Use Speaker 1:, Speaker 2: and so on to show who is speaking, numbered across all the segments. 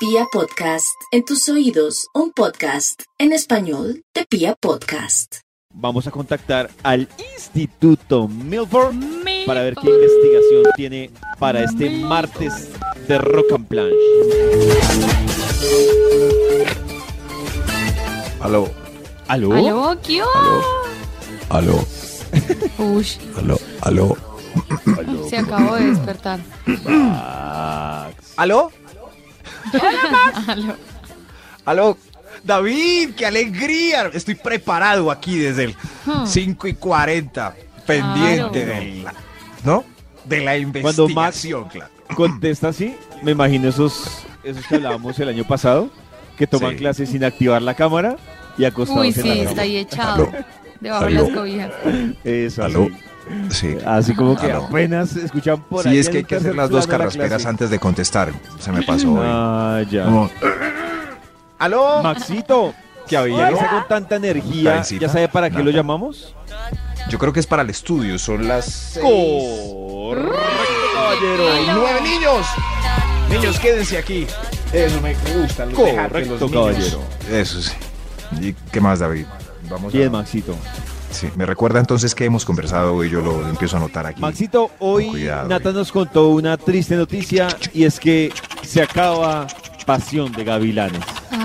Speaker 1: Pia Podcast, en tus oídos, un podcast en español de Pia Podcast.
Speaker 2: Vamos a contactar al Instituto Milford para ver qué investigación tiene para este martes de Rock and Planche.
Speaker 3: Aló,
Speaker 2: ¿Aló?
Speaker 4: ¿Aló? ¿Qué
Speaker 3: aló,
Speaker 4: Uy,
Speaker 3: aló, aló.
Speaker 4: se acabó de despertar.
Speaker 2: Ah,
Speaker 5: ¿Aló?
Speaker 4: Aló.
Speaker 5: ¿Aló? David, qué alegría. Estoy preparado aquí desde el
Speaker 4: Hmm.
Speaker 5: 5 y 40, pendiente de la, ¿no? De la
Speaker 2: Cuando Max-
Speaker 5: investigación, claro.
Speaker 2: Contesta así. Me imagino esos, esos que hablábamos el año pasado, que toman
Speaker 5: Sí.
Speaker 2: clases sin activar la cámara y acostados
Speaker 4: Uy,
Speaker 2: en la
Speaker 4: sí,
Speaker 2: cama.
Speaker 4: está ahí echado.
Speaker 3: Aló.
Speaker 4: Debajo de
Speaker 3: Aló.
Speaker 4: las cobijas.
Speaker 2: Eso,
Speaker 3: Aló.
Speaker 2: así.
Speaker 3: Sí.
Speaker 2: Así como que
Speaker 3: Aló.
Speaker 2: apenas escuchan por ahí
Speaker 3: Sí, es
Speaker 2: en
Speaker 3: que hay que
Speaker 2: tercer
Speaker 3: hacer las dos
Speaker 2: plano la
Speaker 3: carrasperas
Speaker 2: clase.
Speaker 3: antes de contestar. Se me pasó hoy.
Speaker 2: Ah, ya.
Speaker 3: Como,
Speaker 5: ¿Aló?
Speaker 2: Maxito, que había que con tanta energía,
Speaker 3: Karencita,
Speaker 2: ¿ya sabe para qué lo
Speaker 3: nada.
Speaker 2: llamamos?
Speaker 3: Yo creo que es para el estudio, son las seis.
Speaker 2: Correcto, caballero.
Speaker 5: ¡Ay, nueve niños! Niños, quédense aquí.
Speaker 3: Eso Eh, me gusta, los
Speaker 2: Correcto, caballero.
Speaker 3: Eso sí. ¿Y qué más, David? Vamos a-
Speaker 2: Bien, Maxito.
Speaker 3: Sí, me recuerda entonces que hemos conversado hoy, yo lo empiezo a anotar aquí.
Speaker 2: Maxito, hoy
Speaker 3: cuidado,
Speaker 2: Nata
Speaker 3: eh.
Speaker 2: nos contó una triste noticia y es que se acaba Pasión de Gavilanes.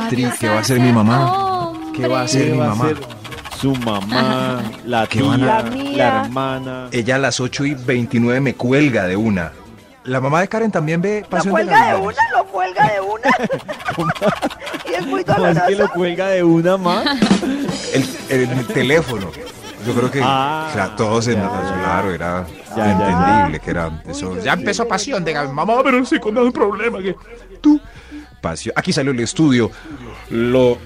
Speaker 3: Tri, ¿qué va a hacer mi mamá?
Speaker 4: Hombre.
Speaker 3: ¿Qué va a hacer? Sí,
Speaker 2: ¿Qué
Speaker 3: mi
Speaker 2: va a
Speaker 3: mamá.
Speaker 2: hacer Su mamá, la
Speaker 3: ¿Qué Eh.
Speaker 2: tía,
Speaker 3: van
Speaker 2: la,
Speaker 3: a-
Speaker 2: hermana.
Speaker 3: Ella a las 8 y 29 me cuelga de una. La mamá de Karen también ve
Speaker 6: Lo
Speaker 3: Pasión
Speaker 6: cuelga de
Speaker 3: Gavilanes.
Speaker 6: una, lo cuelga de una. y es muy
Speaker 2: No, es que lo
Speaker 6: doloroso.
Speaker 2: cuelga de una más.
Speaker 3: el, el teléfono. Yo creo que
Speaker 2: Ah,
Speaker 3: o sea, todos en
Speaker 2: ya.
Speaker 3: claro, era
Speaker 2: ya,
Speaker 3: entendible que era eso.
Speaker 6: Dios
Speaker 3: ya
Speaker 6: mío.
Speaker 3: empezó pasión de Gaby. mamá, pero sí con un problema que tú pasión. Aquí salió el estudio. Lo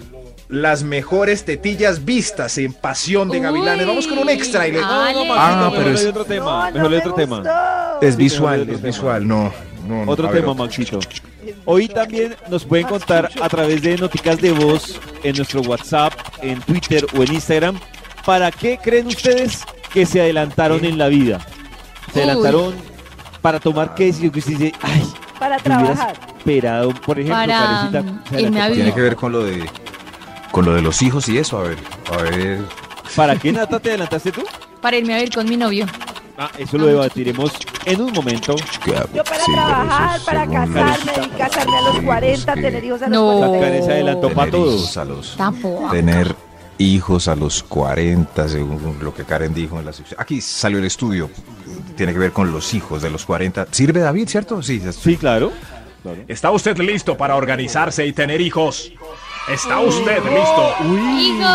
Speaker 5: Las mejores tetillas vistas en Pasión de Gavilanes.
Speaker 4: Uy,
Speaker 5: Vamos con un extra y le...
Speaker 4: Ale.
Speaker 2: Maxito,
Speaker 3: Ah, pero
Speaker 2: mejor
Speaker 3: es-
Speaker 2: hay otro tema.
Speaker 6: No,
Speaker 2: Mejor
Speaker 6: no
Speaker 2: hay otro
Speaker 6: me
Speaker 2: tema.
Speaker 6: gustó.
Speaker 3: es
Speaker 2: Sí,
Speaker 3: visual,
Speaker 2: otro
Speaker 3: es
Speaker 2: tema.
Speaker 3: visual, no. no, no,
Speaker 2: Otro
Speaker 3: a ver,
Speaker 2: tema, Maxito. Hoy también nos pueden contar a través de noticas de voz en nuestro WhatsApp, en Twitter o en Instagram. ¿Para qué creen ustedes que se adelantaron en la vida? Se
Speaker 4: Uy.
Speaker 2: adelantaron para tomar
Speaker 3: Ah.
Speaker 2: qué decisión que usted dice, ay,
Speaker 6: Para
Speaker 2: me hubiera
Speaker 6: trabajar.
Speaker 2: esperado, por ejemplo,
Speaker 4: Para,
Speaker 2: Karencita,
Speaker 4: mm,
Speaker 2: se
Speaker 4: irme a
Speaker 2: adelantó.
Speaker 3: Tiene
Speaker 4: vivir.
Speaker 3: que ver con lo de con lo de los hijos y eso, a ver. A ver.
Speaker 2: ¿Para qué, Nata, te adelantaste tú?
Speaker 4: Para irme a vivir con mi novio.
Speaker 2: Ah, eso lo debatiremos en un momento.
Speaker 3: ¿qué hago?
Speaker 6: Yo para
Speaker 3: Sí, pero eso
Speaker 6: trabajar,
Speaker 3: es
Speaker 6: para
Speaker 3: según los-
Speaker 6: casarme, y casarme a los
Speaker 3: Sí,
Speaker 6: 40,
Speaker 3: sí.
Speaker 6: tener hijos a los
Speaker 4: No.
Speaker 6: 40.
Speaker 2: La Karen se adelantó para
Speaker 3: Tener
Speaker 2: todos.
Speaker 3: hijos a los-
Speaker 4: Tampoco.
Speaker 3: tener hijos a los 40, según lo que Karen dijo en la sección. Aquí salió el estudio, tiene que ver con los hijos de los 40. ¿Sirve David, cierto? Sí, ya estoy-
Speaker 2: Sí, claro. claro.
Speaker 7: ¿Está usted listo para organizarse y tener hijos? ¿Está usted listo?
Speaker 4: ¡Hijos!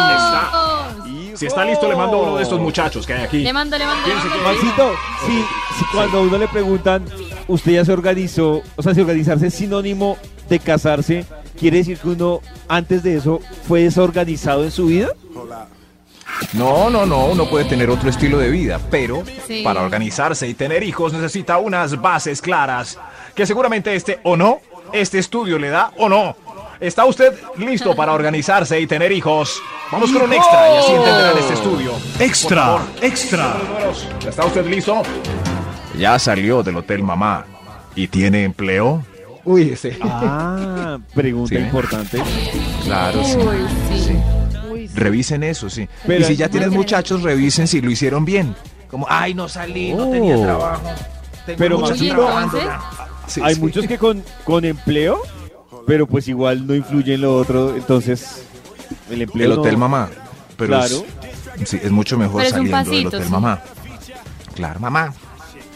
Speaker 7: Si está listo, le mando a uno de estos muchachos que hay aquí.
Speaker 4: Le mando, le mando. le
Speaker 7: Piense
Speaker 4: mando.
Speaker 2: Maxito, si, si cuando a uno le preguntan, usted ya se organizó, o sea, si organizarse es sinónimo de casarse, ¿quiere decir que uno antes de eso fue desorganizado en su vida?
Speaker 3: No, no, no, uno puede tener otro estilo de vida, pero
Speaker 4: Sí.
Speaker 3: para organizar.
Speaker 7: Organizarse y tener hijos necesita unas bases claras, que seguramente este o no, este estudio le da o no. ¿Está usted listo para organizarse y tener hijos? Vamos con un extra y así entenderán este estudio. Extra, extra. ¿Está usted listo?
Speaker 3: Ya salió del hotel mamá y tiene empleo. Uy, ese.
Speaker 2: Ah, pregunta
Speaker 3: Sí, ¿eh?
Speaker 2: importante.
Speaker 3: Claro, sí.
Speaker 4: Uy, sí.
Speaker 6: Uy, sí.
Speaker 3: Revisen eso, sí.
Speaker 2: Pero-
Speaker 3: y si ya tienes
Speaker 4: Ujú.
Speaker 3: muchachos, revisen si lo hicieron bien. Como, ay, no salí, no tenía
Speaker 2: Oh.
Speaker 3: trabajo. Tengo
Speaker 2: Pero,
Speaker 3: muchachos
Speaker 4: Oye,
Speaker 3: trabajando.
Speaker 4: entonces,
Speaker 3: Sí,
Speaker 2: Hay
Speaker 3: sí.
Speaker 2: muchos que con, con empleo, pero pues igual no influye en lo otro, entonces el empleo.
Speaker 3: El
Speaker 2: no-
Speaker 3: hotel mamá. Pero
Speaker 2: Claro.
Speaker 3: es, sí, es mucho mejor
Speaker 4: Pero es un
Speaker 3: saliendo del
Speaker 4: pasito,
Speaker 3: hotel
Speaker 4: sí.
Speaker 3: mamá. Claro, mamá.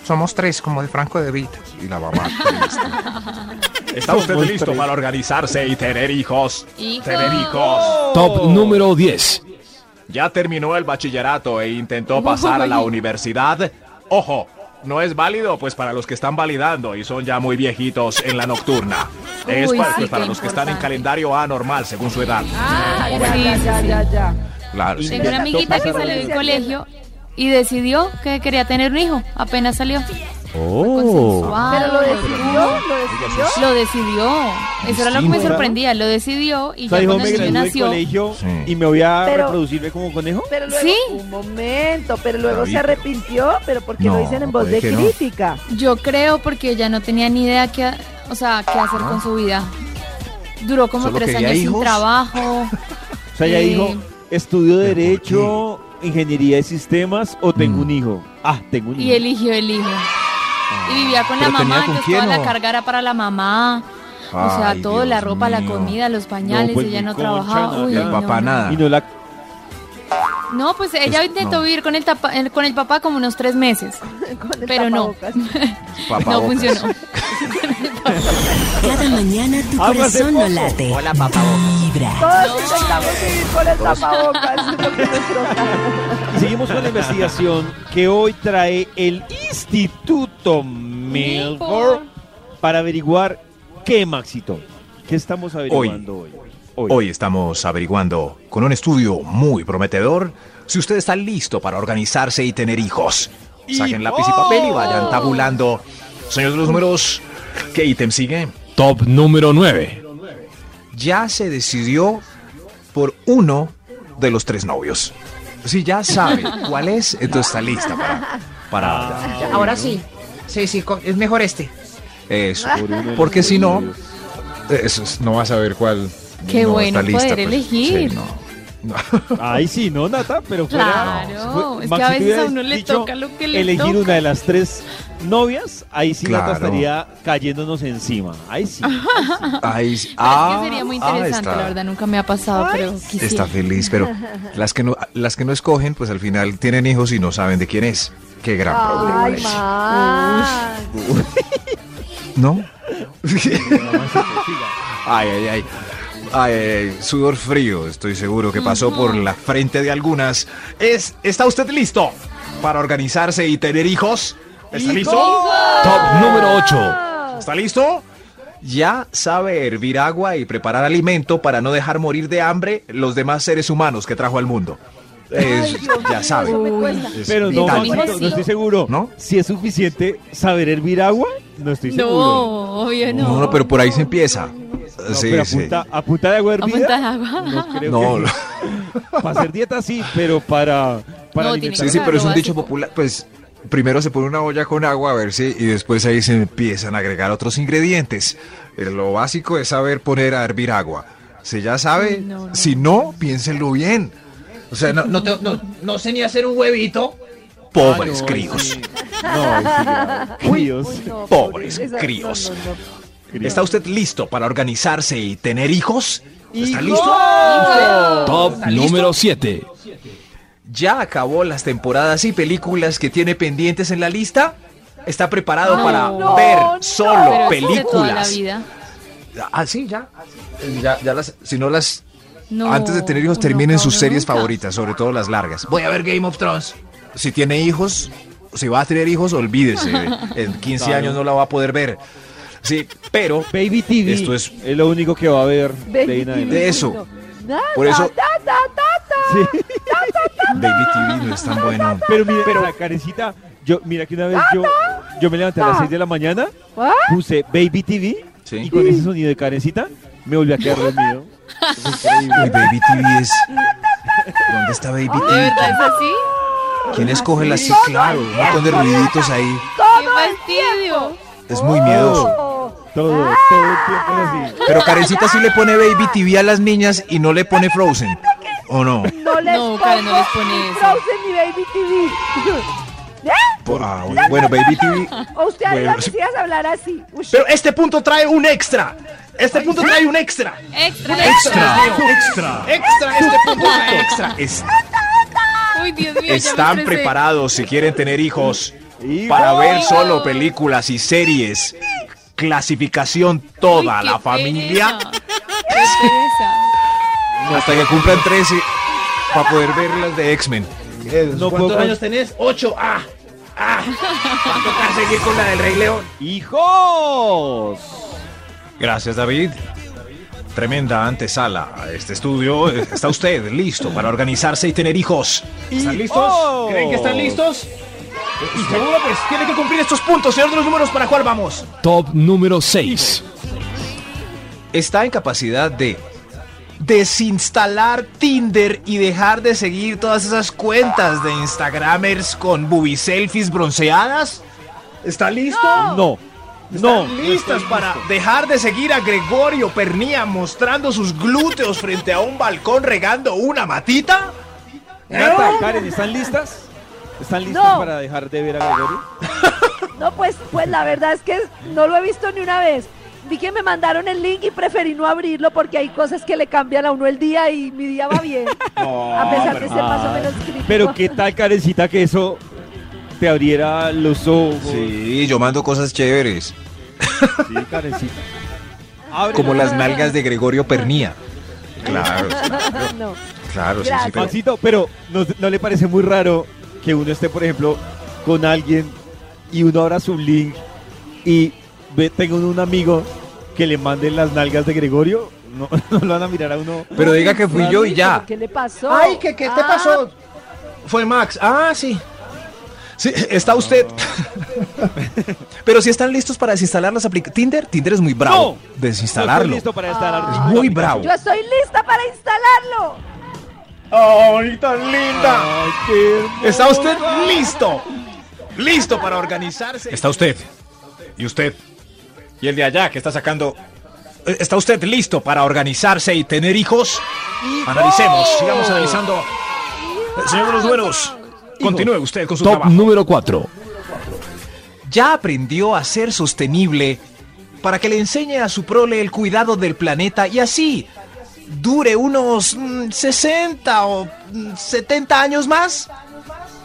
Speaker 3: Somos tres, como de Franco de Vita. Y la mamá. triste.
Speaker 7: ¿Está usted
Speaker 2: Somos
Speaker 7: listo
Speaker 2: tres.
Speaker 7: para organizarse y tener hijos?
Speaker 4: ¡Hijos!
Speaker 7: Tener hijos.
Speaker 8: Top número 10.
Speaker 7: Ya terminó el bachillerato e intentó pasar a la universidad. Ojo, no es válido pues para los que están validando y son ya muy viejitos en la nocturna. Es
Speaker 4: Uy,
Speaker 7: para,
Speaker 4: sí,
Speaker 7: pues, para
Speaker 4: qué
Speaker 7: los que están en
Speaker 4: importante.
Speaker 7: calendario anormal según su edad.
Speaker 4: Ah,
Speaker 6: Ya,
Speaker 4: sí,
Speaker 6: ya,
Speaker 4: sí,
Speaker 6: ya,
Speaker 4: sí.
Speaker 6: ya, ya.
Speaker 3: Claro, sí.
Speaker 4: Tengo una amiguita que salió del colegio y decidió que quería tener un hijo. Apenas salió.
Speaker 2: Oh.
Speaker 6: Pero lo
Speaker 4: Consensuado.
Speaker 6: decidió, lo decidió.
Speaker 4: Lo decidió. Eso era lo que me
Speaker 2: Distinto.
Speaker 4: sorprendía. Lo decidió y
Speaker 2: O sea,
Speaker 4: ya
Speaker 2: dijo,
Speaker 4: cuando
Speaker 2: me
Speaker 4: el niño
Speaker 2: gradué del
Speaker 4: nació.
Speaker 2: colegio
Speaker 3: Sí.
Speaker 2: y me voy a
Speaker 6: Pero-
Speaker 2: reproducirme como conejo.
Speaker 6: Pero luego,
Speaker 4: Sí.
Speaker 6: un momento, pero luego
Speaker 3: David,
Speaker 6: se
Speaker 3: pero-
Speaker 6: arrepintió, pero porque
Speaker 3: No,
Speaker 6: lo dicen en voz
Speaker 3: puede
Speaker 6: de
Speaker 3: que no.
Speaker 6: crítica.
Speaker 4: Yo creo porque ella no tenía ni idea qué, o sea, qué hacer con su vida. Duró como
Speaker 9: Solo
Speaker 4: tres
Speaker 9: quería
Speaker 4: años sin
Speaker 9: hijos.
Speaker 4: trabajo.
Speaker 2: O sea, ella
Speaker 4: Sí.
Speaker 2: dijo, estudio
Speaker 9: ¿Pero por
Speaker 2: Derecho, Ingeniería de Sistemas o tengo
Speaker 9: Mm.
Speaker 2: un hijo. Ah, tengo un hijo.
Speaker 4: Y eligió el hijo.
Speaker 3: Ah.
Speaker 4: Y vivía con la
Speaker 9: ¿Pero tenía
Speaker 4: mamá,
Speaker 9: con
Speaker 4: entonces
Speaker 9: quién,
Speaker 4: toda
Speaker 9: o?
Speaker 4: la carga era para la mamá. o sea,
Speaker 9: Ay,
Speaker 4: todo, la
Speaker 9: Dios
Speaker 4: ropa, la
Speaker 9: mío.
Speaker 4: comida, los pañales,
Speaker 2: pues,
Speaker 4: ella
Speaker 2: ni
Speaker 4: no
Speaker 2: concha,
Speaker 4: trabajaba.
Speaker 2: nada.
Speaker 4: Uy,
Speaker 9: Y el
Speaker 4: no,
Speaker 9: papá
Speaker 4: no.
Speaker 9: nada.
Speaker 2: Y no la...
Speaker 4: No, pues ella
Speaker 9: Es-
Speaker 4: intentó
Speaker 9: no.
Speaker 4: vivir con el, tapa- el- con el papá como unos tres meses.
Speaker 6: Con el
Speaker 4: Pero no.
Speaker 6: tapabocas.
Speaker 9: Papabocas.
Speaker 4: No funcionó.
Speaker 10: Cada mañana tu
Speaker 2: Aguas de
Speaker 10: corazón no
Speaker 2: pozo.
Speaker 10: late. Hola, papá. Vibra.
Speaker 6: Todos intentamos vivir con el tapabocas. es lo que nos toca.
Speaker 2: Y seguimos con la investigación que hoy trae el Instituto Milford para averiguar qué, Maxito. ¿Qué estamos averiguando hoy?
Speaker 3: Hoy estamos averiguando, con un estudio muy prometedor, si usted está listo para organizarse y tener hijos. Saquen lápiz y
Speaker 2: ¡oh!
Speaker 3: papel y vayan tabulando. Señores de los números, ¿qué ítem sigue?
Speaker 11: Top número 9.
Speaker 3: Ya se decidió por uno de los tres novios. Si ya sabe cuál es, entonces está lista para... para
Speaker 2: Ah.
Speaker 7: Ahora sí. Sí, sí, co- es mejor este.
Speaker 3: eso.
Speaker 2: Por uno de los
Speaker 3: Porque si no,
Speaker 2: estudios.
Speaker 3: eso es- no va a saber cuál.
Speaker 4: Qué
Speaker 3: no
Speaker 4: bueno
Speaker 3: está lista, pues.
Speaker 4: poder elegir.
Speaker 3: sí, no.
Speaker 2: Ay, sí, no, Nata, pero fuera-
Speaker 4: Claro,
Speaker 2: fue-
Speaker 4: es que
Speaker 2: Maxi,
Speaker 4: a
Speaker 2: te
Speaker 4: veces a
Speaker 2: hubieras
Speaker 4: uno le
Speaker 2: dicho
Speaker 4: toca lo que le
Speaker 2: Elegir
Speaker 4: toca.
Speaker 2: una de las tres novias, ahí sí Nata
Speaker 9: Claro.
Speaker 2: estaría cayéndonos encima. Ahí sí.
Speaker 3: Ay, sí.
Speaker 4: Es
Speaker 3: ah,
Speaker 4: que sería muy
Speaker 3: ah,
Speaker 4: interesante,
Speaker 3: está.
Speaker 4: la verdad, nunca me ha pasado, pero quisiera.
Speaker 3: Está feliz, pero las que no las que no escogen, pues al final tienen hijos y no saben de quién es. Qué gran problema
Speaker 6: Ay,
Speaker 3: es.
Speaker 6: Max.
Speaker 3: ¿No? ay, ay, ay. Ay, ay, ay, sudor frío, estoy seguro que pasó por la frente de algunas. Es, ¿Está usted listo para organizarse y tener hijos? ¿Está listo?
Speaker 11: Top número 8.
Speaker 3: ¿Está listo? ¡Ah! Ya sabe hervir agua y preparar alimento para no dejar morir de hambre los demás seres humanos que trajo al mundo. Es-
Speaker 6: Ay, Dios
Speaker 3: ya
Speaker 6: mío,
Speaker 3: sabe.
Speaker 6: eso me cuesta.
Speaker 3: Es
Speaker 2: Pero no,
Speaker 3: vital.
Speaker 4: Maxito,
Speaker 2: Maxito,
Speaker 4: sí.
Speaker 2: no estoy seguro.
Speaker 3: ¿No?
Speaker 2: Si es suficiente saber hervir agua, no estoy
Speaker 4: No,
Speaker 2: seguro.
Speaker 4: obvio no.
Speaker 3: No, no, pero por ahí se empieza. sí,
Speaker 2: pero
Speaker 3: sí.
Speaker 2: apunta, a punta de agua
Speaker 4: A
Speaker 2: hervida.
Speaker 4: punta de agua.
Speaker 2: No, creo
Speaker 3: No,
Speaker 2: que- para hacer dieta sí, pero para, para
Speaker 4: No, tiene
Speaker 2: alimentar-
Speaker 3: sí, sí,
Speaker 4: Claro,
Speaker 3: pero es un
Speaker 4: lo
Speaker 3: dicho
Speaker 4: básico.
Speaker 3: popular. Pues primero se pone una olla con agua a ver si, y después ahí se empiezan a agregar otros ingredientes. Eh, Lo básico es saber poner a hervir agua. Si ya sabe,
Speaker 4: No, no.
Speaker 3: si no, piénsenlo bien. O sea, no,
Speaker 7: No, te- no, no sé ni hacer un huevito.
Speaker 3: pobres
Speaker 2: Ah, no,
Speaker 3: críos.
Speaker 2: sí. No, sí, ya. críos.
Speaker 6: Uy, no,
Speaker 3: Pobres
Speaker 6: esa-
Speaker 3: críos.
Speaker 6: no, no, no.
Speaker 2: críos.
Speaker 3: ¿Está usted listo para organizarse y tener hijos? ¿Está listo?
Speaker 11: Top
Speaker 7: ¿Está listo?
Speaker 11: número 7.
Speaker 3: ¿Ya acabó las temporadas y películas que tiene pendientes en la lista? ¿Está preparado
Speaker 4: No,
Speaker 3: para
Speaker 4: no,
Speaker 3: ver
Speaker 6: no.
Speaker 3: solo
Speaker 4: Pero eso es de toda la
Speaker 3: películas?
Speaker 4: vida.
Speaker 3: Ah, sí, ya. Eh, Ya, ya las, si no las,
Speaker 4: No,
Speaker 3: antes de tener hijos,
Speaker 4: uno
Speaker 3: terminen sus
Speaker 4: cabrón
Speaker 3: series
Speaker 4: nunca.
Speaker 3: favoritas, sobre todo las largas.
Speaker 7: Voy a ver Game of Thrones.
Speaker 3: Si tiene hijos, si va a tener hijos, olvídese. En 15
Speaker 2: Claro.
Speaker 3: años no la va a poder ver. Sí, pero
Speaker 2: Baby TV.
Speaker 3: Esto es-
Speaker 2: lo único que va a haber de ahí en
Speaker 6: Baby
Speaker 2: adelante.
Speaker 3: De eso.
Speaker 6: no. Nada,
Speaker 3: Por eso-
Speaker 6: nada, nada.
Speaker 3: Baby TV no es tan bueno.
Speaker 2: Pero mira, la carecita, yo, mira que una vez yo,
Speaker 7: Ah,
Speaker 2: yo me levanté a las 6 de la mañana,
Speaker 6: ¿Ah?
Speaker 2: puse Baby TV
Speaker 3: Sí.
Speaker 2: y con ese sonido de carecita me volví a quedar dormido. Fue increíble.
Speaker 3: Uy, Baby TV es. ¿Dónde está Baby
Speaker 4: ¿De
Speaker 3: TV?
Speaker 4: verdad es así?
Speaker 3: ¿Quién escoge las? Sí, claro, un montón de ruiditos ahí.
Speaker 4: ¡Qué fastidio!
Speaker 3: Es muy miedoso.
Speaker 6: Oh,
Speaker 2: Todo, todo el tiempo era
Speaker 7: Ah.
Speaker 2: así.
Speaker 3: Pero Karencita sí le pone Baby TV a las niñas y no le pone Frozen. ¿O no?
Speaker 6: No les
Speaker 4: No, Karen, no
Speaker 6: pongo
Speaker 4: les pone
Speaker 6: ni
Speaker 4: eso.
Speaker 6: Frozen ni Baby TV. ¿Eh?
Speaker 3: Ah, bueno, Baby TV.
Speaker 6: O usted
Speaker 3: Bueno,
Speaker 6: bueno,
Speaker 3: sí.
Speaker 6: quisieras hablar así. Ush.
Speaker 7: Pero este punto trae un extra. Este punto trae un extra.
Speaker 4: ¡Extra!
Speaker 3: Extra,
Speaker 7: Extra. Extra, este punto trae extra.
Speaker 3: Es-
Speaker 4: ¡Uy, Dios mío! ya me
Speaker 3: están
Speaker 4: estresé.
Speaker 3: preparados si quieren tener hijos
Speaker 2: Hijo.
Speaker 3: para ver solo películas y series. Clasificación
Speaker 4: Uy,
Speaker 3: toda
Speaker 4: qué
Speaker 3: la familia
Speaker 4: pereza. ¡Qué pereza!
Speaker 3: hasta que cumplan 13 para poder ver las de X-Men.
Speaker 2: No puedo
Speaker 7: ¿Cuántos
Speaker 2: con-
Speaker 7: años tenés? Ocho. Ah. Ah. Va a tocar seguir con la del Rey León.
Speaker 2: ¡Hijos!
Speaker 3: Gracias, David. Tremenda antesala a este estudio. ¿Está usted listo para organizarse y tener hijos?
Speaker 2: ¡Hijos!
Speaker 7: ¿Están listos? ¿Creen que están listos? Y seguro pues tiene que cumplir estos puntos, señor de los números, ¿para cuál vamos?
Speaker 11: Top número 6.
Speaker 3: Está en capacidad de desinstalar Tinder y dejar de seguir todas esas cuentas de Instagramers con booby selfies bronceadas. ¿Está listo?
Speaker 2: No. No,
Speaker 12: ¿Están listas para dejar de seguir a Gregorio Pernía mostrando sus glúteos frente a un balcón regando una matita?
Speaker 2: Nata, Karen, ¿están listas? ¿Están listas
Speaker 6: No.
Speaker 2: para dejar de ver a Gregorio?
Speaker 6: No, pues, pues la verdad es que no lo he visto ni una vez. Vi que me mandaron el link y preferí no abrirlo porque hay cosas que le cambian a uno el día y mi día va bien. a pesar de ser más o
Speaker 2: Ay,
Speaker 6: menos crítico.
Speaker 2: Pero qué tal, Karencita, que eso te abriera los ojos.
Speaker 3: Sí, yo mando cosas chéveres,
Speaker 2: Sí, Karencita. Ábrelo.
Speaker 3: como las nalgas de Gregorio Pernía. Claro,
Speaker 6: no.
Speaker 3: claro, sí, sí, pero-
Speaker 2: Maxito, pero ¿no, no le parece muy raro que uno esté, por ejemplo, con alguien y uno abra su link y ve, tenga uno un amigo que le mande las nalgas de Gregorio? No, no lo van a mirar a uno.
Speaker 3: Pero diga que fui yo y ya.
Speaker 6: ¿Qué le pasó?
Speaker 12: Ay, ¿qué, qué te
Speaker 6: Ah,
Speaker 12: pasó? Fue Max. Ah, sí.
Speaker 7: Sí, está usted. Pero si están listos para desinstalar las aplicaciones. Tinder, Tinder es muy bravo.
Speaker 2: No estoy
Speaker 7: Desinstalarlo.
Speaker 2: listo para instalarlo.
Speaker 6: Es
Speaker 7: muy bravo.
Speaker 6: Yo estoy lista para instalarlo.
Speaker 12: ¡Ay, tan linda!
Speaker 2: Ay, qué hermoso.
Speaker 7: ¿Está usted listo? Listo para organizarse.
Speaker 3: Está usted. Y usted.
Speaker 7: Y el de allá que está sacando. Eh, ¿Está usted listo para organizarse y tener hijos? Analicemos, sigamos analizando. Eh, Señor de los números, continúe usted con su
Speaker 13: Top
Speaker 7: trabajo.
Speaker 13: número 4.
Speaker 7: Ya aprendió a ser sostenible para que le enseñe a su prole el cuidado del planeta y así dure unos mm, 60 o mm, 70 años más.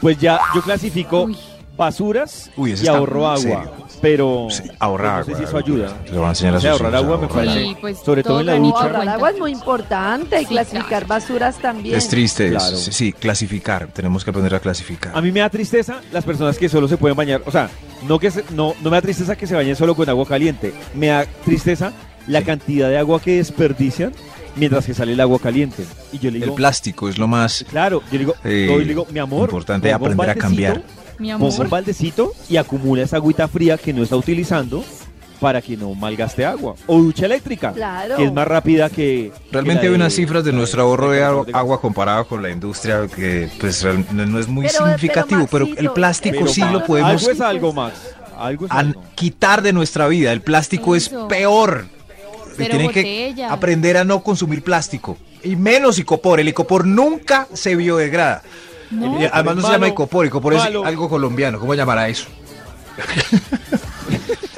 Speaker 2: Pues ya, yo clasifico basuras
Speaker 3: Uy, ese
Speaker 2: y
Speaker 3: está
Speaker 2: ahorro agua.
Speaker 3: serio.
Speaker 2: pero
Speaker 3: Sí, ahorrar
Speaker 2: no sé
Speaker 3: agua,
Speaker 2: si eso
Speaker 3: agua.
Speaker 2: ayuda.
Speaker 3: Le van a enseñar a
Speaker 2: O sea,
Speaker 3: sus
Speaker 2: ahorrar
Speaker 3: hijos a
Speaker 2: agua me
Speaker 3: ahorrar.
Speaker 2: parece,
Speaker 4: Sí, pues,
Speaker 2: sobre todo en la
Speaker 4: todo
Speaker 6: No,
Speaker 4: Mucho.
Speaker 2: ducha.
Speaker 6: ahorrar agua es muy importante y
Speaker 4: Sí,
Speaker 6: clasificar
Speaker 4: claro.
Speaker 6: basuras también.
Speaker 3: Es triste, es-
Speaker 2: Claro.
Speaker 3: sí, sí, clasificar. Tenemos que aprender a clasificar.
Speaker 2: A mí me da tristeza las personas que solo se pueden bañar. O sea, no, que se- no, no me da tristeza que se bañen solo con agua caliente. Me da tristeza la cantidad de agua que desperdician mientras que sale el agua caliente. Y yo le
Speaker 3: El
Speaker 2: digo,
Speaker 3: plástico es lo más
Speaker 2: claro, yo le digo,
Speaker 3: eh,
Speaker 2: yo le digo, mi amor,
Speaker 3: importante
Speaker 2: ponga un
Speaker 3: aprender a
Speaker 2: baldecito,
Speaker 3: cambiar.
Speaker 4: Mi
Speaker 2: Ponga un
Speaker 4: amor.
Speaker 2: baldecito y acumula esa agüita fría que no está utilizando para que no malgaste agua. O ducha eléctrica,
Speaker 6: Claro.
Speaker 2: que es más rápida que...
Speaker 3: Realmente
Speaker 2: que la
Speaker 3: hay
Speaker 2: de-
Speaker 3: unas cifras de
Speaker 2: la
Speaker 3: nuestro ahorro de agua,
Speaker 2: calor
Speaker 3: agua comparado con la industria que pues real- no no es muy
Speaker 6: Pero- pero,
Speaker 3: significativo, pero, el
Speaker 6: Maxito,
Speaker 3: plástico
Speaker 2: Pero
Speaker 3: sí
Speaker 2: Max,
Speaker 3: lo podemos
Speaker 2: Algo es algo, Max. Algo es
Speaker 3: an-
Speaker 2: algo.
Speaker 3: quitar de nuestra vida. El plástico es
Speaker 4: Eso.
Speaker 3: peor. Y
Speaker 4: Cero
Speaker 3: tienen que
Speaker 4: botella.
Speaker 3: aprender a no consumir plástico. Y menos icopor. El icopor nunca se biodegrada.
Speaker 4: No.
Speaker 3: Y Además no se
Speaker 2: Malo,
Speaker 3: llama icopor. Icopor es
Speaker 2: malo.
Speaker 3: algo colombiano. ¿Cómo llamará eso?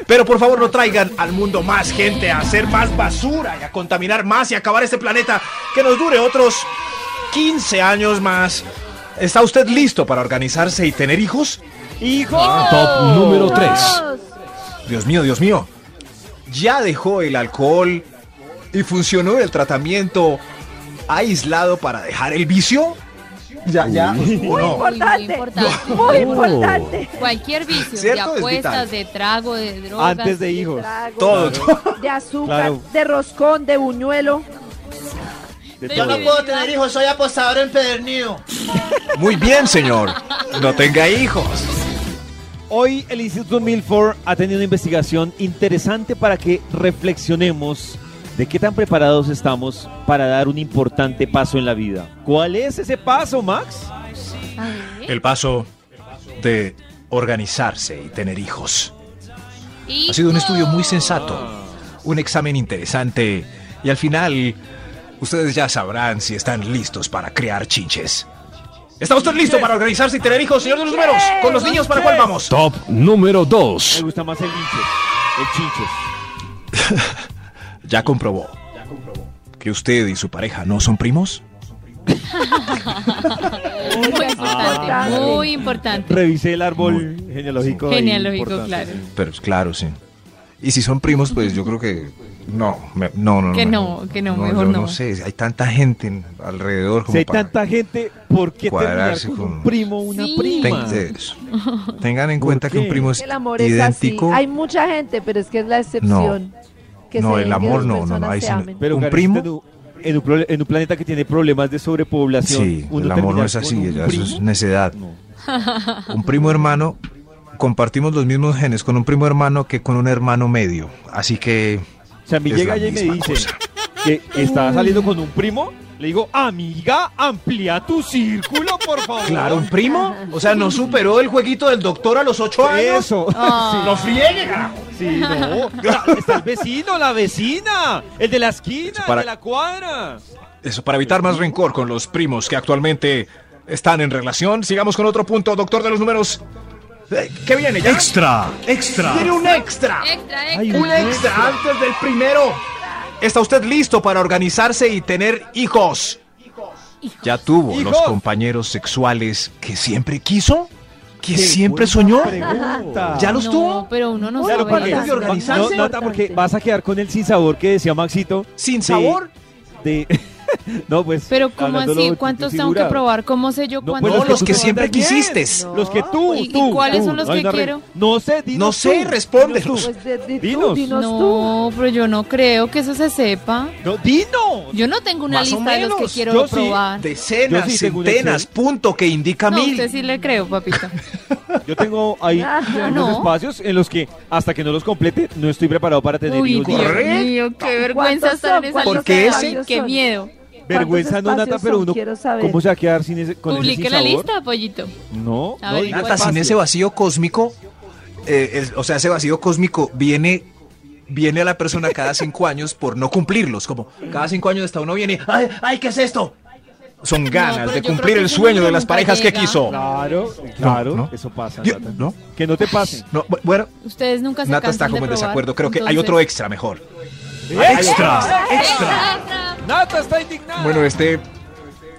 Speaker 3: Pero por favor no traigan al mundo más gente a hacer más basura y a contaminar más y a acabar este planeta que nos dure otros
Speaker 7: 15 años más. ¿Está usted listo para organizarse y tener hijos?
Speaker 13: Top número 3.
Speaker 6: Dios.
Speaker 7: Dios mío, Dios mío. Ya dejó el alcohol y funcionó el tratamiento aislado para dejar el vicio. Ya, ya.
Speaker 6: Muy
Speaker 7: No.
Speaker 6: importante.
Speaker 4: Muy importante.
Speaker 6: Muy importante.
Speaker 4: Cualquier vicio,
Speaker 7: ¿Cierto?
Speaker 4: de
Speaker 7: Es vital.
Speaker 4: apuestas, de trago, de drogas.
Speaker 2: Antes de hijos.
Speaker 6: Trago,
Speaker 7: Todo,
Speaker 6: De azúcar,
Speaker 2: Claro.
Speaker 6: de roscón, de buñuelo.
Speaker 2: de
Speaker 4: Yo
Speaker 2: todo.
Speaker 4: no puedo tener
Speaker 12: hijos, soy apostador empedernido.
Speaker 7: Muy bien, señor. No tenga hijos.
Speaker 2: Hoy el Instituto Milford ha tenido una investigación interesante para que reflexionemos de qué tan preparados estamos para dar un importante paso en la vida. ¿Cuál es ese paso, Max?
Speaker 4: Ay,
Speaker 7: El paso de organizarse y tener hijos. Ha
Speaker 4: hijos.
Speaker 7: sido un estudio muy sensato, un examen interesante y al final ustedes ya sabrán si están listos para crear chinches. ¿Está usted listo para organizarse y tener hijos, señor de los números? ¿Con los niños para cuál vamos?
Speaker 13: Top número
Speaker 2: Me
Speaker 13: 2.
Speaker 2: gusta más el hinches, el chinches.
Speaker 7: Ya comprobó que usted y su pareja no son primos.
Speaker 4: Muy importante.
Speaker 6: importante.
Speaker 4: Muy importante.
Speaker 2: Revisé el árbol genealógico. ahí,
Speaker 4: Genealógico,
Speaker 2: importante,
Speaker 4: claro.
Speaker 2: sí.
Speaker 3: Pero pues, claro, sí. Y si son primos, pues yo creo que no, me- no, no,
Speaker 4: Que
Speaker 3: mejor-
Speaker 4: no, que no, mejor
Speaker 3: yo
Speaker 4: no.
Speaker 3: No sé, hay tanta gente en- alrededor como
Speaker 2: Si hay
Speaker 3: para-
Speaker 2: tanta gente, ¿por qué terminar
Speaker 3: Cuadrarse
Speaker 2: con, un
Speaker 3: con-
Speaker 2: primo o una
Speaker 4: Sí.
Speaker 2: prima?
Speaker 3: Ten- eso. Tengan en
Speaker 2: ¿Por
Speaker 3: cuenta que un
Speaker 2: qué?
Speaker 3: primo es
Speaker 6: El amor
Speaker 3: Pues idéntico.
Speaker 6: es así. Hay mucha gente, pero es que es la excepción. que
Speaker 3: No,
Speaker 6: se-
Speaker 3: el
Speaker 6: que
Speaker 3: amor
Speaker 6: dos
Speaker 3: no, no, no,
Speaker 6: personas
Speaker 3: ahí
Speaker 6: se
Speaker 3: sí no.
Speaker 6: amen.
Speaker 2: Pero
Speaker 3: ¿Un
Speaker 2: Karen,
Speaker 3: primo?
Speaker 2: en un- En un, prole- en un planeta que tiene problemas de sobrepoblación.
Speaker 3: Sí,
Speaker 2: uno
Speaker 3: el amor no
Speaker 2: termina
Speaker 3: es
Speaker 2: con
Speaker 3: así,
Speaker 2: un
Speaker 3: ya eso es
Speaker 2: primo.
Speaker 3: necedad.
Speaker 2: No.
Speaker 3: Un primo hermano, compartimos los mismos genes con un primo hermano que con un hermano medio. Así que
Speaker 2: O sea, a mí
Speaker 3: Es
Speaker 2: llega
Speaker 3: la
Speaker 2: ella y me
Speaker 3: misma
Speaker 2: dice
Speaker 3: cosa.
Speaker 2: que
Speaker 4: Mm.
Speaker 2: estaba saliendo con un primo. Le digo, amiga, amplía tu círculo, por favor.
Speaker 7: Claro, un primo. O sea, no superó el jueguito del doctor a los ocho años.
Speaker 2: Eso.
Speaker 4: Ah.
Speaker 12: ¡No friegue, carajo!
Speaker 2: Sí, Sí, no. La- Está el vecino, la vecina, el de la esquina,
Speaker 7: Para-
Speaker 2: el de la cuadra.
Speaker 7: Eso, para evitar más rencor con los primos que actualmente están en relación, sigamos con otro punto, doctor de los números. Eh, ¿Qué viene ya?
Speaker 13: Extra, extra.
Speaker 7: Tiene un extra.
Speaker 4: Extra,
Speaker 2: Ay,
Speaker 4: extra.
Speaker 7: Un extra antes del primero. ¿Está usted listo para organizarse y tener hijos?
Speaker 3: Ya tuvo
Speaker 2: Hijos.
Speaker 3: los compañeros sexuales que siempre quiso, que siempre soñó. ¿Ya los
Speaker 4: no,
Speaker 3: tuvo?
Speaker 4: pero uno no
Speaker 6: Uy,
Speaker 4: sabe.
Speaker 6: lo cual es-
Speaker 4: eso.
Speaker 2: No,
Speaker 6: organizarse.
Speaker 2: Nata, porque vas a quedar con el sin sabor que decía Maxito.
Speaker 7: ¿Sin
Speaker 2: de-
Speaker 7: sabor?
Speaker 2: De, no, pues.
Speaker 4: Pero ¿cómo
Speaker 2: hablándolo
Speaker 4: así?
Speaker 2: en
Speaker 4: ¿Cuántos tengo que
Speaker 2: figura.
Speaker 4: probar? ¿Cómo sé yo
Speaker 2: No,
Speaker 4: cuántos?
Speaker 2: pues,
Speaker 3: No,
Speaker 2: los que
Speaker 3: los
Speaker 2: tú
Speaker 3: que
Speaker 2: te
Speaker 3: siempre
Speaker 2: mandas bien.
Speaker 3: quisiste.
Speaker 2: Los que tú,
Speaker 4: ¿Y- y
Speaker 2: tú,
Speaker 4: cuáles
Speaker 2: tú.
Speaker 4: son los
Speaker 2: No hay
Speaker 4: que
Speaker 2: una re-
Speaker 4: quiero?
Speaker 2: No sé, dinos
Speaker 7: No sé,
Speaker 2: tú.
Speaker 7: respóndelos.
Speaker 6: Pues de, de tú,
Speaker 2: Dinos.
Speaker 6: dinos tú.
Speaker 4: No, pero yo no creo que eso se sepa.
Speaker 2: No, dino.
Speaker 4: Yo no tengo una
Speaker 7: Más o
Speaker 4: lista de los que
Speaker 7: menos.
Speaker 4: quiero
Speaker 2: Yo sí.
Speaker 4: probar.
Speaker 7: Decenas,
Speaker 2: Yo sí tengo un
Speaker 7: centenas,
Speaker 2: Excel.
Speaker 7: punto que indica
Speaker 4: ah. No,
Speaker 7: mil.
Speaker 4: usted sí le creo, papito.
Speaker 2: Yo tengo ahí
Speaker 6: Yo
Speaker 2: unos
Speaker 4: Ah, no.
Speaker 2: espacios en los que hasta que no los complete no estoy preparado para tener
Speaker 4: Uy,
Speaker 2: hijos.
Speaker 4: Dios
Speaker 7: Correcto.
Speaker 4: mío, qué vergüenza
Speaker 6: ¿Cuántos
Speaker 4: estar en
Speaker 6: son?
Speaker 4: esa
Speaker 6: ¿Cuántos
Speaker 4: lista. de
Speaker 7: son?
Speaker 4: Ay,
Speaker 6: ¿Cuántos
Speaker 4: Qué
Speaker 6: son?
Speaker 4: miedo.
Speaker 2: Vergüenza no
Speaker 6: ¿Cuántos
Speaker 2: nata, pero
Speaker 6: espacios
Speaker 2: uno
Speaker 6: son? Quiero saber.
Speaker 2: ¿Cómo se va a quedar sin ese con ese
Speaker 4: Publique
Speaker 2: sin
Speaker 4: la
Speaker 2: sabor?
Speaker 4: lista, pollito.
Speaker 2: No,
Speaker 4: A
Speaker 2: no,
Speaker 4: ver,
Speaker 2: y-
Speaker 4: ¿cuál
Speaker 3: Nata, sin
Speaker 4: espacio?
Speaker 3: ese vacío cósmico, eh, es- o sea, ese vacío cósmico viene, viene a la persona cada cinco años por no cumplirlos. Como cada cinco años hasta uno viene, ¡ay, ay qué es esto! Son ganas
Speaker 4: pero
Speaker 7: de
Speaker 4: yo creo
Speaker 7: cumplir
Speaker 4: que
Speaker 7: el
Speaker 4: ese
Speaker 7: sueño
Speaker 4: número
Speaker 7: de las
Speaker 4: nunca
Speaker 7: parejas que
Speaker 4: llega.
Speaker 7: quiso.
Speaker 2: Claro, claro,
Speaker 3: no.
Speaker 2: eso pasa,
Speaker 3: Yo-
Speaker 2: Nata.
Speaker 3: no.
Speaker 2: Que no te pase.
Speaker 3: No, bu- bueno,
Speaker 4: Ustedes nunca se
Speaker 3: Nata está
Speaker 4: cansan de
Speaker 3: como en
Speaker 4: probar.
Speaker 3: desacuerdo. Creo que hay otro
Speaker 4: entonces-
Speaker 3: extra mejor.
Speaker 13: Extra,
Speaker 4: extra.
Speaker 2: Nata está indignada.
Speaker 3: Bueno, este,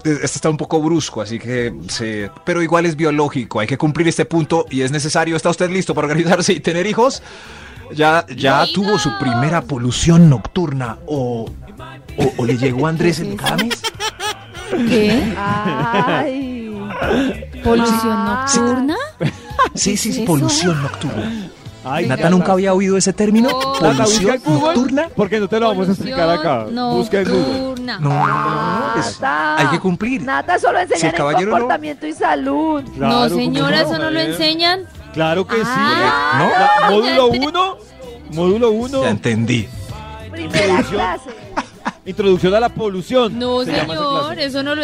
Speaker 3: este está un poco brusco, así que se, pero igual es biológico. Hay que cumplir este punto y es necesario. ¿Está usted listo para organizarse y tener hijos? Ya, ya
Speaker 4: ¡Hijos!
Speaker 3: tuvo su primera polución nocturna o, o, o le llegó a Andrés en cada mes.
Speaker 4: ¿Qué?
Speaker 6: Ay.
Speaker 4: ¿Polución
Speaker 6: Ah.
Speaker 4: nocturna?
Speaker 3: Sí, sí,
Speaker 4: es
Speaker 3: sí,
Speaker 4: eso?
Speaker 3: polución nocturna.
Speaker 2: Ay,
Speaker 3: Nata nunca había oído ese término.
Speaker 4: No.
Speaker 2: Nata, busca
Speaker 3: Polución
Speaker 2: en Google,
Speaker 3: nocturna.
Speaker 2: Porque no te lo vamos a explicar acá.
Speaker 4: Polución
Speaker 2: Busca en Google.
Speaker 4: nocturna.
Speaker 3: No, no, es-
Speaker 6: Nata.
Speaker 3: hay que cumplir.
Speaker 6: Nata solo
Speaker 3: Si
Speaker 6: enseñan
Speaker 3: el
Speaker 6: en
Speaker 3: caballero no-
Speaker 6: comportamiento y salud.
Speaker 4: No,
Speaker 2: Claro, ¿cómo
Speaker 4: señora, eso no lo
Speaker 2: Eh,
Speaker 4: enseñan.
Speaker 2: Claro que sí.
Speaker 4: Ah,
Speaker 2: La- módulo
Speaker 4: ya
Speaker 2: 1, módulo 1,
Speaker 3: Ya entendí.
Speaker 6: Primera clase.
Speaker 2: introducción a la polución.
Speaker 4: No,
Speaker 2: se llama esa
Speaker 4: señor,
Speaker 2: clase.
Speaker 4: eso no lo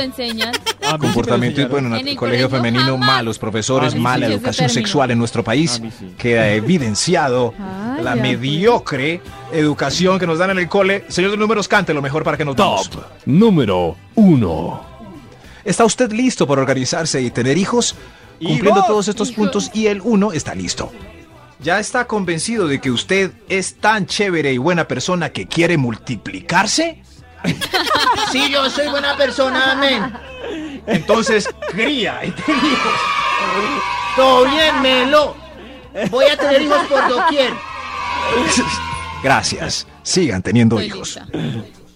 Speaker 2: A
Speaker 4: enseñan.
Speaker 13: Ah,
Speaker 2: mí sí me lo
Speaker 3: comportamiento y
Speaker 2: enseñaron.
Speaker 3: bueno, en
Speaker 4: En
Speaker 3: el,
Speaker 4: el
Speaker 3: colegio,
Speaker 4: colegio
Speaker 3: femenino
Speaker 4: jamás. Ah,
Speaker 3: malos profesores,
Speaker 2: A mí
Speaker 3: mala
Speaker 2: sí,
Speaker 4: ese
Speaker 3: educación
Speaker 4: término.
Speaker 3: sexual en nuestro
Speaker 13: Ah,
Speaker 3: país,
Speaker 2: A mí sí.
Speaker 3: queda evidenciado
Speaker 4: Ah,
Speaker 7: La
Speaker 4: ya, pues.
Speaker 7: mediocre educación que nos dan en el cole. Señor de números, cante lo mejor para que nos vamos.
Speaker 13: Top número uno.
Speaker 3: ¿Está usted listo para organizarse y tener hijos? Cumpliendo
Speaker 7: ¡Hijos!
Speaker 3: todos estos
Speaker 4: ¡Hijos!
Speaker 3: puntos y el uno está listo. ¿Ya está convencido de que usted es tan chévere y buena persona que quiere multiplicarse?
Speaker 12: Sí, yo soy buena persona, amén.
Speaker 7: Entonces, cría.
Speaker 12: Todo bien, Melo. Voy a tener hijos por doquier.
Speaker 3: Gracias. Sigan teniendo
Speaker 4: Estoy
Speaker 3: hijos.
Speaker 4: lista.